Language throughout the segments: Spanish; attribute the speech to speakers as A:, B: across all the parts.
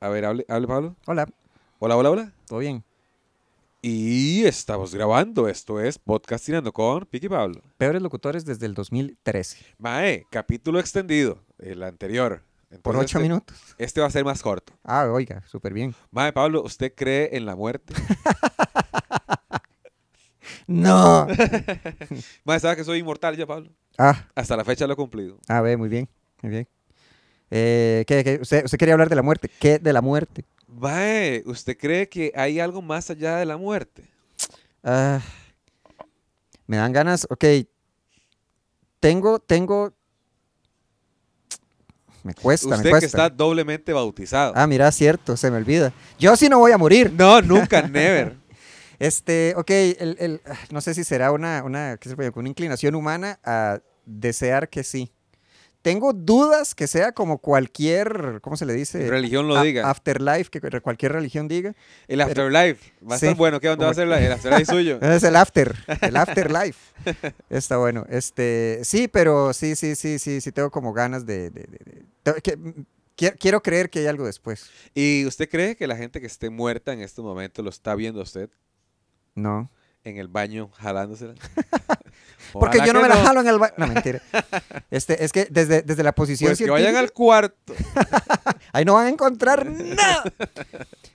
A: A ver, hable, hable Pablo.
B: Hola,
A: Hola, hola, hola.
B: ¿todo bien?
A: Y estamos grabando. Esto es Podcastinando con Piqui Pablo.
B: Peores locutores desde el 2013.
A: Mae, capítulo extendido, el anterior.
B: Por
A: Entonces,
B: ocho
A: este-
B: minutos.
A: Este va a ser más corto.
B: Ah, oiga, súper bien.
A: Mae, Pablo, ¿usted cree en la muerte?
B: ¡No!
A: Mae, ¿sabe que soy inmortal ya, Pablo?
B: ah,
A: Hasta la fecha lo he cumplido.
B: a ver, muy bien, muy bien. Eh, ¿qué, qué? Usted, usted quería hablar de la muerte. ¿Qué de la muerte?
A: Mae, ¿usted cree que hay algo más allá de la muerte?
B: Ah, me dan ganas, ok. Tengo, tengo... Me cuesta, me
A: Usted
B: cuesta.
A: que está doblemente bautizado.
B: Ah, mira, cierto, se me olvida. Yo sí no voy a morir.
A: No, nunca, never.
B: Este, ok, el- el- ah, no sé si será una, una, ¿qué se puede llamar? una inclinación humana a desear que sí. Tengo dudas que sea como cualquier, ¿cómo se le dice?
A: Religión lo
B: A-
A: diga.
B: Afterlife, que cu- cualquier religión diga.
A: El afterlife. Va a
B: Sí.
A: estar bueno. ¿Qué onda va a ser la- el afterlife suyo?
B: Es el after, el afterlife. Está bueno. Este, sí, pero sí, sí, sí, sí, sí, tengo como ganas de... de- de- de- te- que- mm, qui- quiero creer que hay algo después.
A: ¿Y usted cree que la gente que esté muerta en este momento lo está viendo a usted
B: No.
A: en el baño jalándosela?
B: Porque
A: Ojalá
B: yo no
A: que
B: me la jalo en el baño. No, mentira. Este, es que desde, desde la posición
A: Pues que vayan
B: científica-
A: al cuarto.
B: Ahí no van a encontrar nada.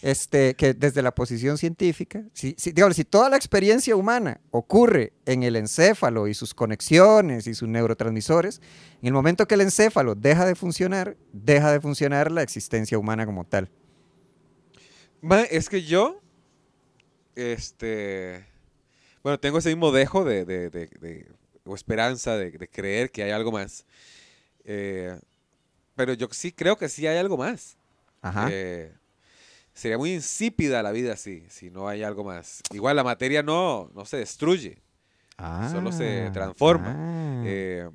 B: Este, que desde la posición científica, si, si, digamos, si toda la experiencia humana ocurre en el encéfalo y sus conexiones y sus neurotransmisores, en el momento que el encéfalo deja de funcionar, deja de funcionar la existencia humana como tal.
A: Ma, es que yo, este, bueno, tengo ese mismo dejo de, de- de- de- o esperanza de, de creer que hay algo más. Eh, pero yo sí creo que sí hay algo más.
B: Ajá.
A: Eh, sería muy insípida la vida así, si no hay algo más. Igual la materia no, no se destruye. solo se
B: Ah,
A: transforma.
B: ah.
A: Eh,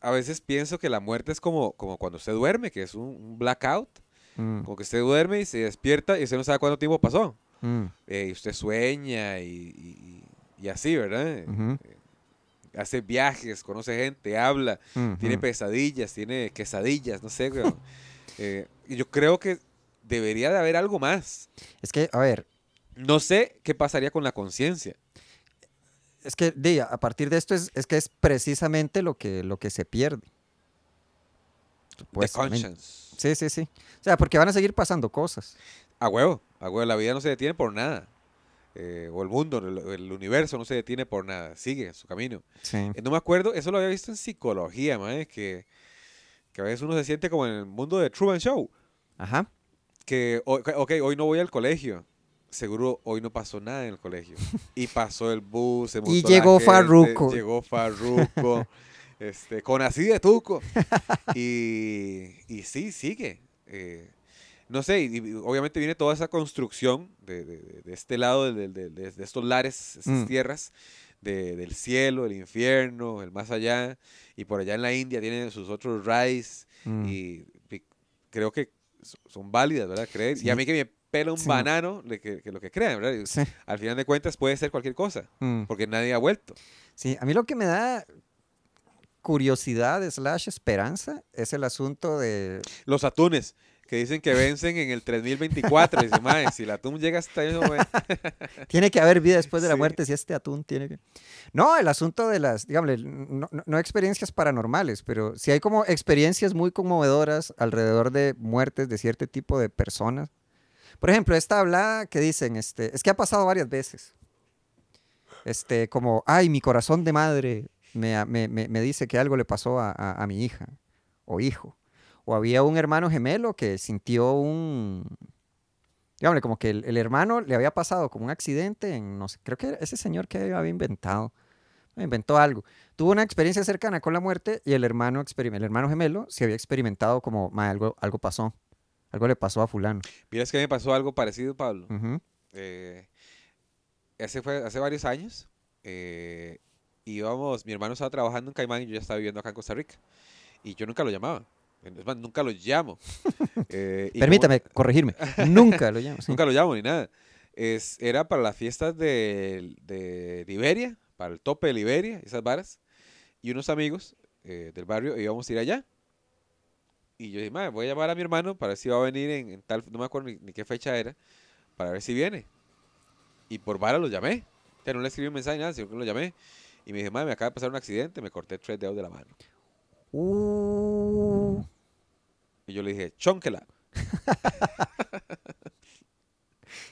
A: a veces pienso que la muerte es como, como cuando usted duerme, que es un, un blackout.
B: Mm,
A: Como que usted duerme y se despierta y usted no sabe cuánto tiempo pasó.
B: mm,
A: Eh, y usted sueña y, y- y- y así, ¿verdad?
B: ujú,
A: Hace viajes, conoce gente, habla,
B: ujú.
A: tiene pesadillas, tiene quesadillas, no sé, weón. Eh, y yo creo que debería de haber algo más.
B: Es que, a ver,
A: No sé qué pasaría con la conciencia.
B: es que diga, a partir de esto es, es que es precisamente lo que, lo que se pierde.
A: De
B: Supuestamente.
A: conscience.
B: Sí, sí, sí. O sea, porque van a seguir pasando cosas.
A: A huevo, a huevo, la vida no se detiene por nada. Eh, o el mundo, el, el universo no se detiene por nada, sigue su camino.
B: Sí.
A: Eh, no me acuerdo, eso lo había visto en psicología, mae, que, que a veces uno se siente como en el mundo de Truman Show,
B: Ajá.
A: que, o- que, ok, hoy no voy al colegio, seguro hoy no pasó nada en el colegio. Y pasó el bus, se montó la
B: llegó
A: gente,
B: Farruko.
A: Llegó Farruco, este, con así de tuco. Y, y sí, sigue. eh, no sé, y, y obviamente viene toda esa construcción de, de- de- de este lado, de, de- de- de estos lares, estas
B: Mm.
A: tierras, de- del cielo, el infierno, el más allá, y por allá en la India tienen sus otros rays,
B: Mm.
A: y, pi- creo que so- son válidas, ¿verdad? Creer. Y
B: Sí.
A: a mí que me pela un
B: Sí.
A: banano de que, que lo que crean, ¿verdad? Y
B: Sí.
A: Al final de cuentas puede ser cualquier cosa,
B: Mm.
A: porque nadie ha vuelto.
B: Sí, a mí lo que me da curiosidad slash esperanza es el asunto de...
A: Los atunes, que dicen que vencen en el 3024, dicen, "Mae, si el atún llega hasta ahí, no ve".
B: Tiene que haber vida después de la
A: Sí.
B: muerte si este atún tiene que... No, el asunto de las, digamos, no, no- no experiencias paranormales, pero sí hay como experiencias muy conmovedoras alrededor de muertes de cierto tipo de personas. Por ejemplo, esta hablada que dicen, este, es que ha pasado varias veces. Este, como, ay, mi corazón de madre me, a- me- me- me dice que algo le pasó a, a- a mi hija o hijo. O había un hermano gemelo que sintió un... Dígame, como que el, el hermano le había pasado como un accidente en, no sé, creo que era ese señor que había inventado, inventó algo. Tuvo una experiencia cercana con la muerte y el hermano, experim- el hermano gemelo se había experimentado como, "Ma, algo, algo pasó, algo le pasó a fulano.
A: Vieras que me pasó algo parecido, Pablo.
B: Ujú.
A: Eh, ese fue hace varios años. eh, íbamos, mi hermano estaba trabajando en Caimán y yo ya estaba viviendo acá en Costa Rica. Y yo nunca lo llamaba. Es más, nunca lo llamo. Eh, y como-
B: Permítame corregirme. Nunca lo llamo. sí.
A: Nunca lo llamo ni nada. Es, era para las fiestas de, de Liberia, para el tope de Liberia, esas varas. Y unos amigos eh, del barrio íbamos a ir allá. Y yo dije, "Mae, voy a llamar a mi hermano para ver si va a venir en, en tal, no me acuerdo ni, ni qué fecha era, para ver si viene. Y por vara lo llamé. O sea, no le escribí un mensaje ni nada, sino que lo llamé. Y me dije, madre, me acaba de pasar un accidente, me corté tres dedos de la mano.
B: Uh,
A: Y yo le dije, chónquela.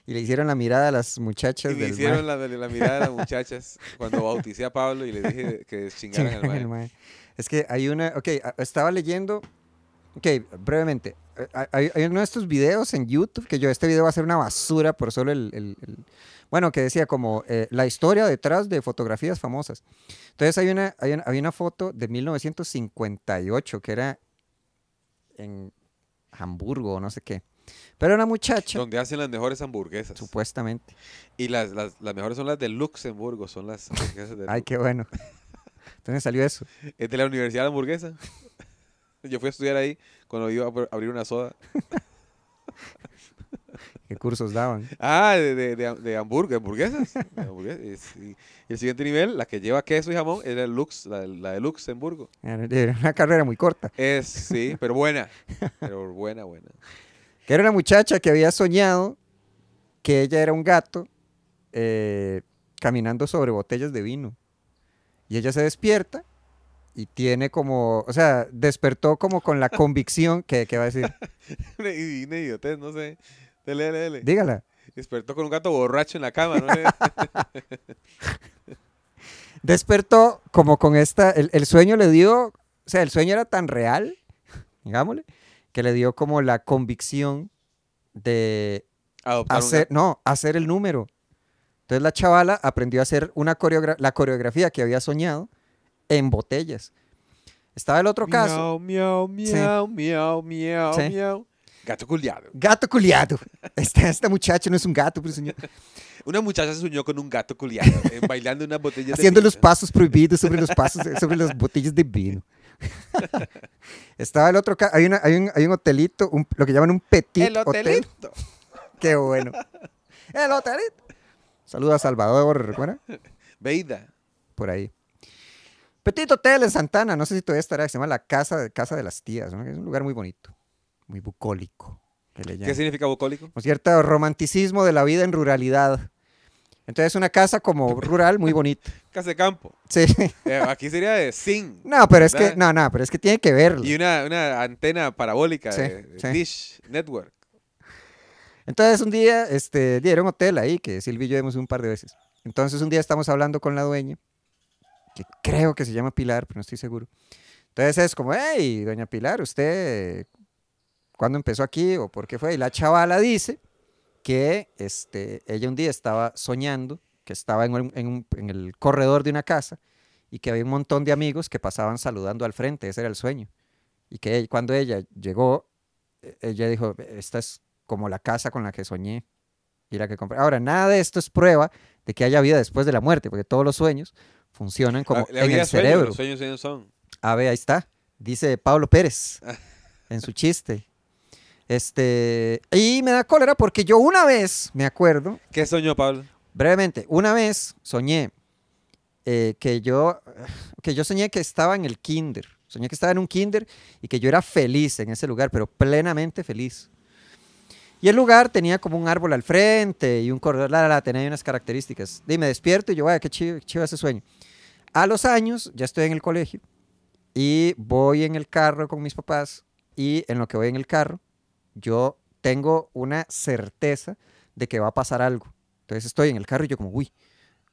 B: y le hicieron la mirada a las
A: Y
B: muchachas
A: me
B: del
A: hicieron la,
B: mae.
A: la mirada de las muchachas cuando bauticé a Pablo y le dije que chingaran al
B: Chingaron
A: mae.
B: el mae. Es que hay una, ok, a- estaba leyendo, ok, brevemente, eh, a- hay, hay uno de estos videos en YouTube que yo, este video va a ser una basura por solo el, el- el- bueno, que decía como eh, la historia detrás de fotografías famosas. Entonces hay una, hay una, había una foto de 1958 que era en Hamburgo o no sé qué, pero era una muchacha,
A: Donde hacen las mejores hamburguesas.
B: supuestamente.
A: Y las, las, las mejores son las de Luxemburgo, son las hamburguesas de,
B: Ay, qué bueno. Entonces salió eso.
A: es de la Universidad de la Hamburguesa. Yo fui a estudiar ahí cuando iba a abr- abrir una soda.
B: ¿Qué cursos daban?
A: Ah, de, de, de, de hamburg- de hamburguesas. de hamburguesas. Y, y el siguiente nivel, la que lleva queso y jamón, era el Lux, la, de- la de Luxemburgo.
B: Era era una carrera muy corta.
A: Es, sí, pero buena. Pero buena, buena.
B: Que era una muchacha que había soñado que ella era un gato eh, caminando sobre botellas de vino. Y ella se despierta y tiene como, o sea, despertó como con la convicción que, que va a decir,
A: Una, i- una idiotez, no sé. Dele, dele, dele.
B: dígala.
A: Despertó con un gato borracho en la cama, ¿no?
B: Despertó como con esta, el, el sueño le dio, o sea, el sueño era tan real, digámosle, que le dio como la convicción de
A: Adoptar un
B: hacer,
A: gato.
B: no, hacer el número. Entonces la chavala aprendió a hacer una coreogra- la coreografía que había soñado en botellas. Estaba el otro caso.
A: Miau, miau,
B: Sí.
A: miau, miau, miau,
B: Sí.
A: miau. Gato culiado.
B: Gato culiado. Esta, esta muchacha no es un gato, pero es un-
A: Una muchacha se soñó con un gato culiado, eh, bailando unas botellas
B: haciendo
A: de
B: los
A: vino.
B: pasos prohibidos sobre los pasos eh, sobre las botellas de vino. Estaba el otro caso. Hay, una- hay, un, hay un hotelito, un- lo que llaman un petit
A: El
B: hotel.
A: hotelito.
B: Qué bueno. El hotelito. Saluda a Salvador, ¿recuerda?
A: Veida.
B: por ahí. Petit Hotel en Santana, no sé si todavía estará, se llama la Casa de, casa de las Tías, ¿no? es un lugar muy bonito, muy bucólico, que le
A: ¿Qué
B: llaman.
A: significa bucólico?
B: Con cierto romanticismo de la vida en ruralidad. Entonces, una casa como rural muy bonita.
A: Casa de campo.
B: Sí.
A: Eh, aquí sería de zinc.
B: No, pero es que,
A: ¿Verdad?
B: no, no, pero es que tiene que verlo.
A: Y una, una antena parabólica
B: Sí,
A: de, de
B: sí.
A: Dish Network.
B: Entonces un día, este, dieron un hotel ahí, que Silvio y yo hemos ido un par de veces. Entonces un día estamos hablando con la dueña, que creo que se llama Pilar, pero no estoy seguro. Entonces es como, hey, doña Pilar, ¿usted cuándo empezó aquí o por qué fue? Y la chavala dice que este, ella un día estaba soñando, que estaba en, un- en un- en el corredor de una casa y que había un montón de amigos que pasaban saludando al frente, ese era el sueño. Y que ella- cuando ella llegó, e- ella dijo, esta es como la casa con la que soñé y la que compré. Ahora, nada de esto es prueba de que haya vida después de la muerte, porque todos los sueños funcionan como
A: La- la
B: en
A: vida
B: el
A: es sueño,
B: cerebro.
A: Los sueños, sueños son.
B: A ver, Ah, ahí está. Dice Pablo Pérez en su chiste. Este, y me da cólera porque yo una vez, me acuerdo,
A: ¿Qué soñó, Pablo?
B: brevemente, una vez soñé eh, que yo, que yo soñé que estaba en el kinder. Soñé que estaba en un kinder y que yo era feliz en ese lugar, pero plenamente feliz. Y el lugar tenía como un árbol al frente y un corredor, la, la, la, tenía unas características. Y me despierto y yo, vaya, qué chido, qué chido ese sueño. A los años, ya estoy en el colegio y voy en el carro con mis papás y en lo que voy en el carro, yo tengo una certeza de que va a pasar algo. Entonces estoy en el carro y yo como, uy,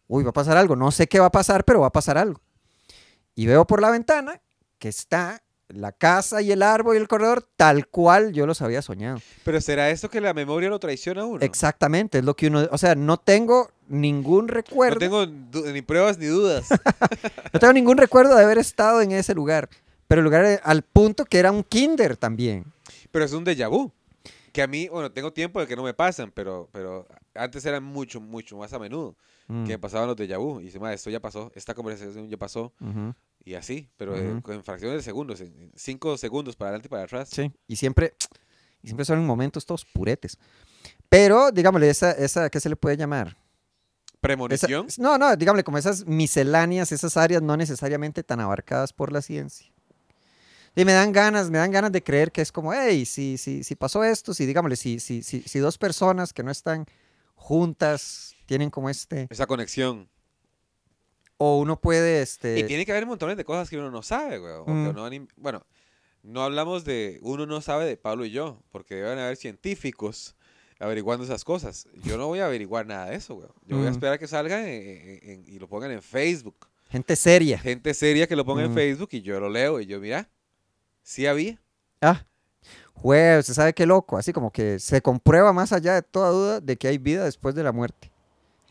B: uy, va a pasar algo. No sé qué va a pasar, pero va a pasar algo. Y veo por la ventana que está la casa y el árbol y el corredor tal cual yo los había soñado.
A: Pero será esto que la memoria lo traiciona a uno.
B: Exactamente, es lo que uno, o sea, no tengo ningún recuerdo.
A: No tengo du- ni pruebas ni dudas.
B: No tengo ningún recuerdo de haber estado en ese lugar. Pero el lugar era- al punto que era un kinder también.
A: pero es un déjà vu. Que a mí, bueno, tengo tiempo de que no me pasan, pero, pero antes eran mucho, mucho más a menudo
B: Mm,
A: que me pasaban los déjà vu. Y dice, "Ma, esto ya pasó, esta conversación ya pasó,
B: ujú,
A: y así, pero eh,
B: Ujú.
A: en fracciones de segundos, en en cinco segundos para adelante y para atrás.
B: sí. Y siempre, y siempre son en momentos todos puretes. Pero, digámosle, esa, esa, ¿qué se le puede llamar? Esa-
A: Premonición.
B: no, no, digámosle, como esas misceláneas, esas áreas no necesariamente tan abarcadas por la ciencia. Y me dan ganas, me dan ganas de creer que es como, hey, si, si, si pasó esto, si digámosle, si, si, si, si dos personas que no están juntas tienen como este,
A: Esa conexión.
B: o uno puede, este...
A: Y tiene que haber montones de cosas que uno no sabe, güey. o que
B: Mm.
A: uno ni- bueno, no hablamos de uno no sabe de Pablo y yo, porque deben haber científicos averiguando esas cosas. Yo no voy a averiguar nada de eso, güey. Yo voy a
B: Mm.
A: esperar que salgan eh, eh, en- y lo pongan en Facebook.
B: Gente seria.
A: Gente seria que lo ponga en
B: Mm.
A: Facebook y yo lo leo y yo, mira, sí había.
B: Ah, güey, usted sabe qué loco, así como que se comprueba más allá de toda duda de que hay vida después de la muerte.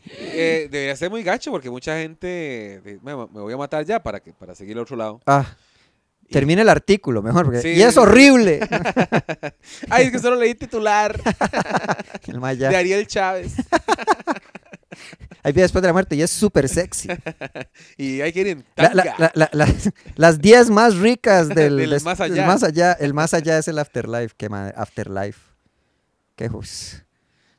A: Eh, debería ser muy gacho porque mucha gente, eh, me, me voy a matar ya para, que, para seguir al otro lado.
B: Ah,
A: Y-
B: termina el artículo mejor, porque...
A: Sí,
B: y es
A: sí, sí.
B: horrible.
A: Ay, es que solo leí titular
B: El mae
A: de
B: ya,
A: Ariel Chávez.
B: Hay vida después de la muerte y es súper sexy.
A: Y hay que ir en
B: La- la-
A: tanga.
B: la- la- la- las 10 más ricas del,
A: Del
B: des-
A: más
B: del
A: allá.
B: más allá. El más allá es el afterlife. Qué madre, afterlife. Qué jus-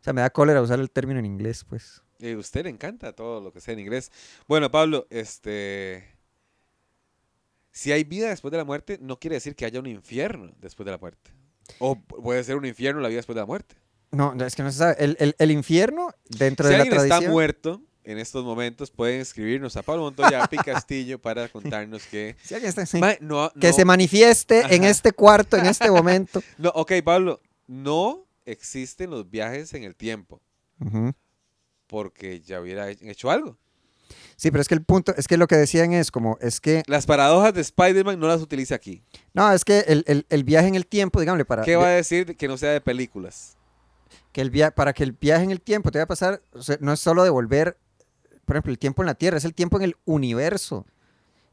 B: O sea, me da cólera usar el término en inglés, pues.
A: Eh, A usted le encanta todo lo que sea en inglés. Bueno, Pablo, este. Si hay vida después de la muerte, no quiere decir que haya un infierno después de la muerte. O pu- puede ser un infierno la vida después de la muerte.
B: No, no, es que no se sabe. El, el- el infierno, dentro
A: si
B: de la
A: alguien
B: tradición.
A: está muerto en estos momentos, pueden escribirnos a Pablo Montoya Pi Castillo para contarnos que.
B: si alguien está- sí.
A: Ma, no,
B: Que
A: no-
B: se manifieste en
A: Ajá.
B: este cuarto, en este momento.
A: no, ok, Pablo, no existen los viajes en el tiempo
B: Ujú.
A: porque ya hubiera he- hecho algo.
B: Sí, pero es que el punto, es que lo que decían es como, es que,
A: Las paradojas de Spider-Man no las utiliza aquí.
B: no, es que el, el- el viaje en el tiempo, digámosle, para,
A: ¿Qué va a decir que no sea de películas?
B: que el via- para que el viaje en el tiempo te vaya a pasar, o sea, no es solo devolver, por ejemplo, el tiempo en la Tierra, es el tiempo en el universo.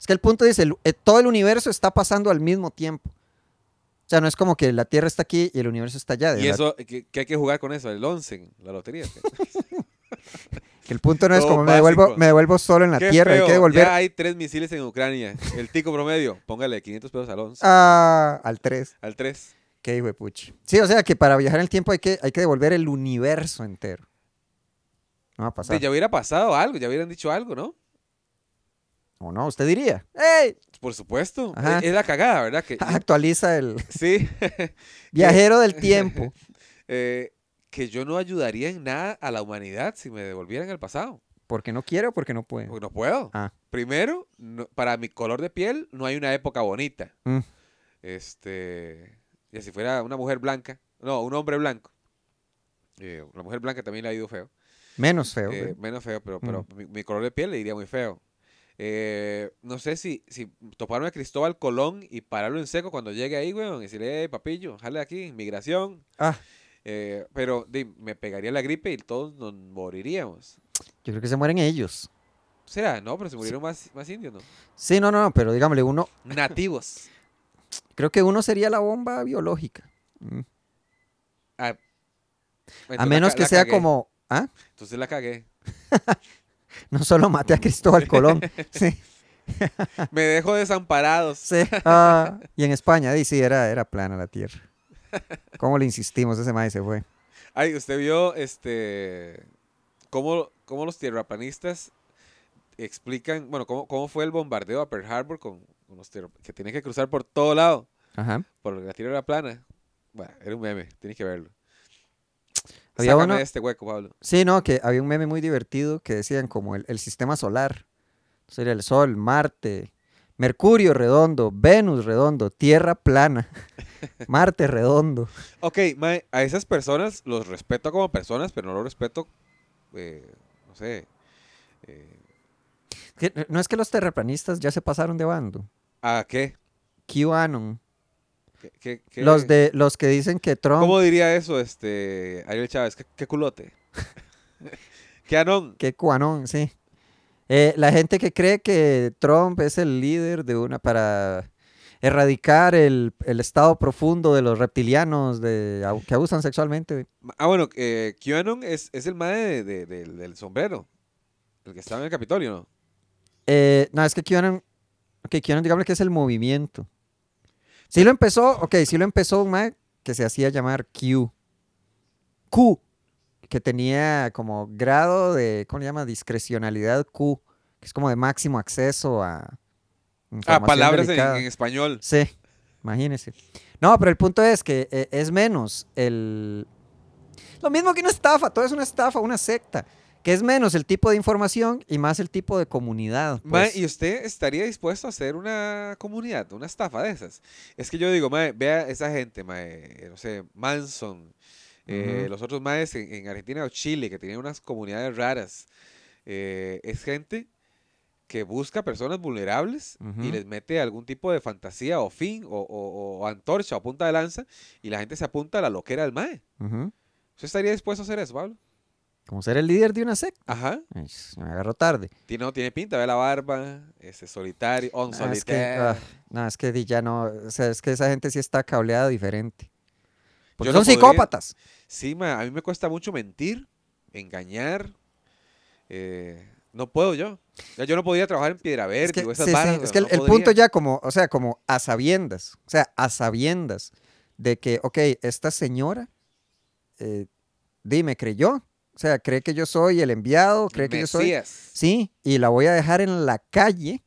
B: Es que el punto dice, el- eh, todo el universo está pasando al mismo tiempo. O sea, no es como que la Tierra está aquí y el universo está allá. Ah, de
A: Y
B: la-
A: eso, que, que hay que jugar con eso, el 11, la lotería. ¿qué?
B: que el punto no es
A: todo
B: como me
A: básico.
B: devuelvo, me devuelvo solo en la
A: Qué
B: Tierra, hay
A: feo,
B: que devolver
A: Ya hay tres misiles en Ucrania. El tico promedio, póngale 500 pesos al
B: Ah.
A: 11,
B: a- al 3.
A: al 3.
B: Qué hijo de puchi. Sí, o sea que para viajar en el tiempo hay que, hay que devolver el universo entero. No va a pasar.
A: ya hubiera pasado algo, ya hubieran dicho algo, ¿no?
B: ¿O no? ¿Usted diría? ¡Ey!
A: Por supuesto. e-,
B: Ajá. Ah.
A: Es, es la cagada, ¿verdad? Que,
B: Actualiza el
A: sí,
B: viajero del tiempo.
A: eh, que yo no ayudaría en nada a la humanidad si me devolvieran al pasado.
B: Porque no quiere o porque no puede.
A: Porque no puedo.
B: Ah.
A: Primero, no- para mi color de piel no hay una época bonita.
B: Mm.
A: Este, y si fuera una mujer blanca, no, un hombre blanco. eh, la mujer blanca también le ha ido feo.
B: Menos feo.
A: eh,
B: güey.
A: menos feo, pero, pero mi, mi color de piel le iría muy feo. Eh, no sé si, si toparme a Cristóbal Colón y pararlo en seco cuando llegue ahí, weón, y decirle, "Eh, papillo, jale de aquí, migración.
B: Ah,
A: eh, pero di, me pegaría la gripe y todos nos moriríamos.
B: yo creo que se mueren ellos.
A: ¿Será? No, pero se murieron más, más indios, ¿no?
B: Sí, no, no, no, pero dígamele, uno,
A: Nativos.
B: creo que uno sería la bomba biológica. Mm.
A: Ah,
B: A
A: entonces la
B: menos
A: ca-
B: que
A: la
B: sea
A: cagué.
B: como, ah,
A: Entonces la cagué.
B: no solo maté a Cristóbal Colón. Sí,
A: Me dejo desamparados.
B: sí. ah, y en España, di, sí, era, era plana la tierra. ¿Cómo le insistimos? Ese maíz se fue.
A: Ay, usted vio este cómo, cómo los tierraplanistas explican, bueno, cómo, cómo fue el bombardeo a Pearl Harbor con, con los tierra- que tienen que cruzar por todo lado,
B: Ajá.
A: por la tierra plana. Bueno, era un meme, tienes que verlo.
B: Había
A: Sácame
B: uno-
A: de este hueco, Pablo.
B: Sí, no, que había un meme muy divertido que decían como el, el sistema solar. Sería el Sol, Marte, Mercurio redondo, Venus redondo, Tierra plana, Marte redondo.
A: Ok, mae, a esas personas los respeto como personas, pero no los respeto, eh, no sé, eh,
B: Que- eh, no es que los terraplanistas ya se pasaron de bando.
A: ¿a qué?
B: QAnon.
A: ¿Qué- qué- qué-
B: Los, de, los que dicen que Trump,
A: ¿Cómo diría eso, este, Ariel Chávez? ¿Qué, qué culote? ¿Qué anón?
B: que QAnon, sí. Eh, la gente que cree que Trump es el líder de una para erradicar el, el estado profundo de los reptilianos de, au- que abusan sexualmente.
A: Ma- Ah, bueno, eh, QAnon es, es el madre de, de- del- del sombrero. El que estaba en el Capitolio, ¿no?
B: Eh, no, es que QAnon, ok, QAnon, digamos que es el movimiento. Sí lo empezó, ok, sí lo empezó un mae que se hacía llamar Q. Q, que tenía como grado de, ¿cómo le llama? Discrecionalidad Q, que es como de máximo acceso a...
A: Ah,
B: información
A: palabras en,
B: delicada.
A: en español.
B: Sí. Imagínese. No, pero el punto es que eh, es menos el... Lo mismo que una estafa, todo es una estafa, una secta. Que es menos el tipo de información y más el tipo de comunidad.
A: Mae,
B: pues.
A: ¿y usted estaría dispuesto a hacer una comunidad, una estafa de esas? Es que yo digo, mae, vea esa gente, mae, eh, no sé, Manson, eh,
B: Ujú.
A: los otros maes en, en Argentina o Chile, que tienen unas comunidades raras. eh, es gente que busca personas vulnerables
B: Ujú.
A: y les mete algún tipo de fantasía o fin o, o- o antorcha o punta de lanza y la gente se apunta a la loquera del mae.
B: Ujú.
A: ¿Usted estaría dispuesto a hacer eso, Pablo?
B: Como ser el líder de una secta.
A: Ajá.
B: Ay, me agarró tarde.
A: Tiene, no, tiene pinta, ve la barba, ese solitario, on
B: Ah, es que,
A: solitaire.
B: ah, no, es que di, ya no, o sea, es que esa gente sí está cableada diferente. Porque
A: Yo no
B: son
A: podría.
B: psicópatas.
A: Sí, ma, a mí me cuesta mucho mentir, engañar. eh, no puedo yo. Ya yo no podía trabajar en Piedra Verde
B: Es que,
A: o esas
B: sí, sí,
A: varas,
B: es
A: no
B: que el, el
A: podría.
B: punto ya como, o sea, como a sabiendas, o sea, a sabiendas de que, ok, esta señora, eh, dime, creyó, o sea, cree que yo soy el enviado, cree que yo soy...
A: Mesías.
B: Sí, y la voy a dejar en la calle